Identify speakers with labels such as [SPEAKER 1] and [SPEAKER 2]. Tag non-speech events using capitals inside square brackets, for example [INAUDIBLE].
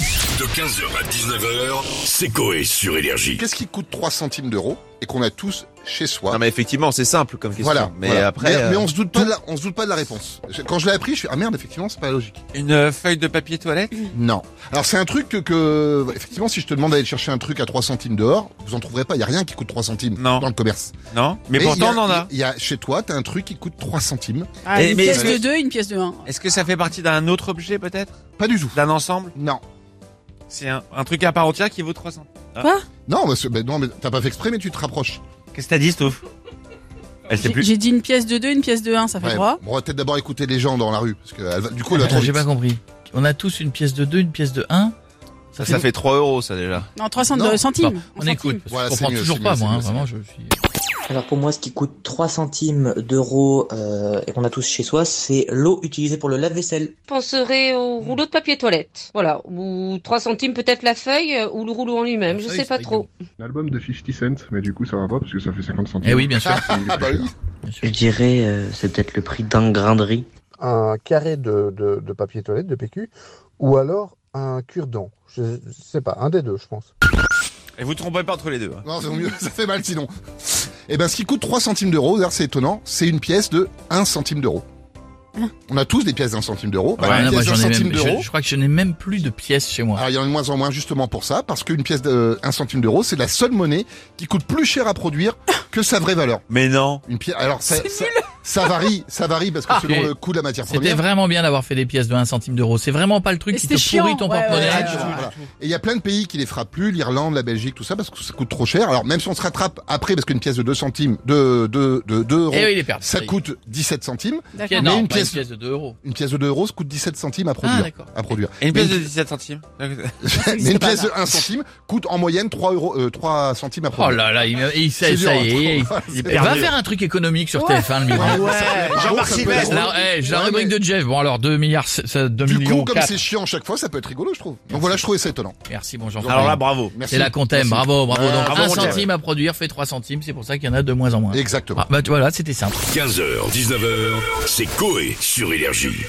[SPEAKER 1] De 15h à 19h, c'est Coé sur Énergie.
[SPEAKER 2] Qu'est-ce qui coûte 3 centimes d'euros et qu'on a tous chez soi
[SPEAKER 3] Non mais effectivement, c'est simple comme question.
[SPEAKER 2] Voilà.
[SPEAKER 3] mais
[SPEAKER 2] voilà.
[SPEAKER 3] après,
[SPEAKER 2] mais, mais
[SPEAKER 3] euh,
[SPEAKER 2] on se doute pas, de la, on se doute pas de la réponse. Je- Quand je l'ai appris, je suis ah merde, effectivement, c'est pas logique.
[SPEAKER 4] Une euh, feuille de papier toilette
[SPEAKER 2] Non. Alors c'est un truc que, que- effectivement, si je te demande d'aller chercher un truc à 3 centimes dehors, vous en trouverez pas. Il y a rien qui coûte 3 centimes
[SPEAKER 4] Non.
[SPEAKER 2] dans le commerce.
[SPEAKER 4] Non. Mais
[SPEAKER 2] Mais
[SPEAKER 4] pourtant,
[SPEAKER 2] il y
[SPEAKER 4] on en a.
[SPEAKER 2] Il y a chez toi, t'as un truc qui coûte 3 centimes.
[SPEAKER 5] Ah,
[SPEAKER 3] Eh,
[SPEAKER 5] une
[SPEAKER 3] mais
[SPEAKER 5] pièce
[SPEAKER 3] est-ce
[SPEAKER 5] de deux, une pièce de un.
[SPEAKER 4] Est-ce que ça fait partie d'un autre objet peut-être
[SPEAKER 2] Pas du tout.
[SPEAKER 4] D'un ensemble
[SPEAKER 2] Non.
[SPEAKER 4] C'est un, un truc à part entière qui vaut 300.
[SPEAKER 2] Non, mais, c'est- ben non, mais t'as pas fait exprès, mais tu te rapproches.
[SPEAKER 4] Qu'est-ce que t'as dit, Stouff Elle sait
[SPEAKER 5] J'ai
[SPEAKER 4] plus.
[SPEAKER 5] j'ai dit une pièce de deux, une pièce de un, ça fait
[SPEAKER 2] Ouais,
[SPEAKER 5] droit.
[SPEAKER 2] bon, on va peut-être d'abord écouter les gens dans la rue, parce que elle va- du coup, elle va trop
[SPEAKER 6] Attends, Ah,
[SPEAKER 2] vite.
[SPEAKER 6] j'ai pas compris. On a tous une pièce de 2, une pièce de 1.
[SPEAKER 3] ça, ça fait 3 euros ça déjà.
[SPEAKER 5] Non, 300
[SPEAKER 2] Non.
[SPEAKER 5] de- centimes.
[SPEAKER 6] Bon,
[SPEAKER 5] En
[SPEAKER 6] on
[SPEAKER 5] centimes.
[SPEAKER 6] écoute. Parce
[SPEAKER 2] Voilà,
[SPEAKER 6] que je
[SPEAKER 2] c'est
[SPEAKER 6] comprends
[SPEAKER 2] mieux,
[SPEAKER 6] toujours
[SPEAKER 2] c'est
[SPEAKER 6] pas,
[SPEAKER 2] mieux,
[SPEAKER 6] moi.
[SPEAKER 2] c'est
[SPEAKER 6] hein,
[SPEAKER 2] mieux,
[SPEAKER 6] vraiment, je suis.
[SPEAKER 7] Alors pour moi, ce qui coûte 3 centimes d'euros euh, et qu'on a tous chez soi, c'est l'eau utilisée pour le lave-vaisselle.
[SPEAKER 8] penserais au rouleau de papier toilette. Voilà. Ou 3 centimes peut-être la feuille euh, ou le rouleau en lui-même. Je
[SPEAKER 6] Ah,
[SPEAKER 8] sais
[SPEAKER 6] oui,
[SPEAKER 8] pas
[SPEAKER 6] c'est
[SPEAKER 8] trop.
[SPEAKER 9] L'album de 50 Cent, mais du coup ça va pas parce que ça fait 50 centimes.
[SPEAKER 6] Eh oui, bien sûr.
[SPEAKER 2] Ah bah oui.
[SPEAKER 6] bien sûr.
[SPEAKER 7] Je dirais, euh, c'est peut-être le prix d'un grain de riz.
[SPEAKER 10] un carré de, de- de papier toilette, de PQ, ou alors un cure-dent. Je sais pas, un des deux, je pense.
[SPEAKER 4] Et vous trompez pas entre les deux. hein.
[SPEAKER 2] Non, c'est mieux, ça fait mal sinon. Eh ben, ce qui coûte 3 centimes d'euros, d'ailleurs, c'est étonnant, c'est une pièce de 1 centime d'euro. On a tous des pièces d'un centime d'euro. Bah,
[SPEAKER 6] Ouais,
[SPEAKER 2] une
[SPEAKER 6] là, moi,
[SPEAKER 2] pièce
[SPEAKER 6] j'en
[SPEAKER 2] d'un
[SPEAKER 6] ai
[SPEAKER 2] centime
[SPEAKER 6] même, je,
[SPEAKER 2] d'euro.
[SPEAKER 6] je crois que je n'ai même plus de pièces chez moi.
[SPEAKER 2] Alors, il y en a de moins en moins justement pour ça, parce qu'une pièce de 1 centime d'euro, c'est la seule monnaie qui coûte plus cher à produire que sa vraie valeur.
[SPEAKER 4] Mais non.
[SPEAKER 2] Une pièce, alors, ça,
[SPEAKER 5] C'est
[SPEAKER 2] ça, ça varie, ça varie parce que selon
[SPEAKER 6] ok.
[SPEAKER 2] le coût de la matière
[SPEAKER 6] Ah. C'était
[SPEAKER 2] première.
[SPEAKER 6] vraiment bien d'avoir fait des pièces de 1 centime d'euro. C'est vraiment pas le truc
[SPEAKER 5] Et
[SPEAKER 6] qui te
[SPEAKER 5] c'était chiant,
[SPEAKER 6] pourrit ton
[SPEAKER 5] ouais,
[SPEAKER 6] porte-monnaie.
[SPEAKER 5] ouais,
[SPEAKER 2] Voilà,
[SPEAKER 5] ouais.
[SPEAKER 2] tu vois, Ah, voilà. Et il y a plein de pays qui les frappent plus, l'Irlande, la Belgique, tout ça, parce que ça coûte trop cher. Alors, même si on se rattrape après, parce qu'une pièce de 2 centimes, de, de, de, 2 euros,
[SPEAKER 6] Eh oui, il est perdu.
[SPEAKER 2] ça coûte 17 centimes.
[SPEAKER 6] Ok,
[SPEAKER 5] D'accord.
[SPEAKER 2] Mais
[SPEAKER 6] non,
[SPEAKER 2] une
[SPEAKER 6] pas
[SPEAKER 2] pièce-
[SPEAKER 6] une pièce de 2 euros.
[SPEAKER 2] Une pièce de 2 euros ça coûte 17 centimes à
[SPEAKER 6] Ah,
[SPEAKER 2] produire.
[SPEAKER 6] d'accord.
[SPEAKER 2] à
[SPEAKER 6] [LAUGHS]
[SPEAKER 2] produire.
[SPEAKER 4] Et une pièce
[SPEAKER 2] Mais-
[SPEAKER 4] de 17 centimes.
[SPEAKER 2] Mais une pièce de 1 centime coûte en moyenne 3, euros, euh, 3 centimes à
[SPEAKER 6] Oh
[SPEAKER 2] produire.
[SPEAKER 6] là là, il, il- ça,
[SPEAKER 2] C'est dur,
[SPEAKER 6] ça y est. Ah
[SPEAKER 2] hein.
[SPEAKER 6] il- il- va faire un truc économique sur TF1, le [LAUGHS] midi.
[SPEAKER 2] Jean-Marc Silvestre.
[SPEAKER 6] La, eh, j'ai la
[SPEAKER 2] Ouais,
[SPEAKER 6] rubrique
[SPEAKER 2] mais-
[SPEAKER 6] de Jeff. Bon, alors, 2 milliards, c'est- ça, 2
[SPEAKER 2] Du
[SPEAKER 6] millions
[SPEAKER 2] coup, comme
[SPEAKER 6] quatre.
[SPEAKER 2] c'est chiant chaque fois, ça peut être rigolo, je trouve. Donc voilà, je trouvais ça étonnant.
[SPEAKER 6] Merci, bon, jean
[SPEAKER 4] Alors là, bravo.
[SPEAKER 2] Merci.
[SPEAKER 6] C'est là qu'on t'aime.
[SPEAKER 2] Merci.
[SPEAKER 6] Bravo, bravo.
[SPEAKER 2] Ouais,
[SPEAKER 6] Donc,
[SPEAKER 4] bravo,
[SPEAKER 6] un
[SPEAKER 4] Roger.
[SPEAKER 6] centime à produire fait 3 centimes. C'est pour ça qu'il y en a de moins en moins.
[SPEAKER 2] Exactement.
[SPEAKER 6] Ah, bah, tu vois, là, c'était simple.
[SPEAKER 1] 15h, 19h, c'est Coé sur Énergie.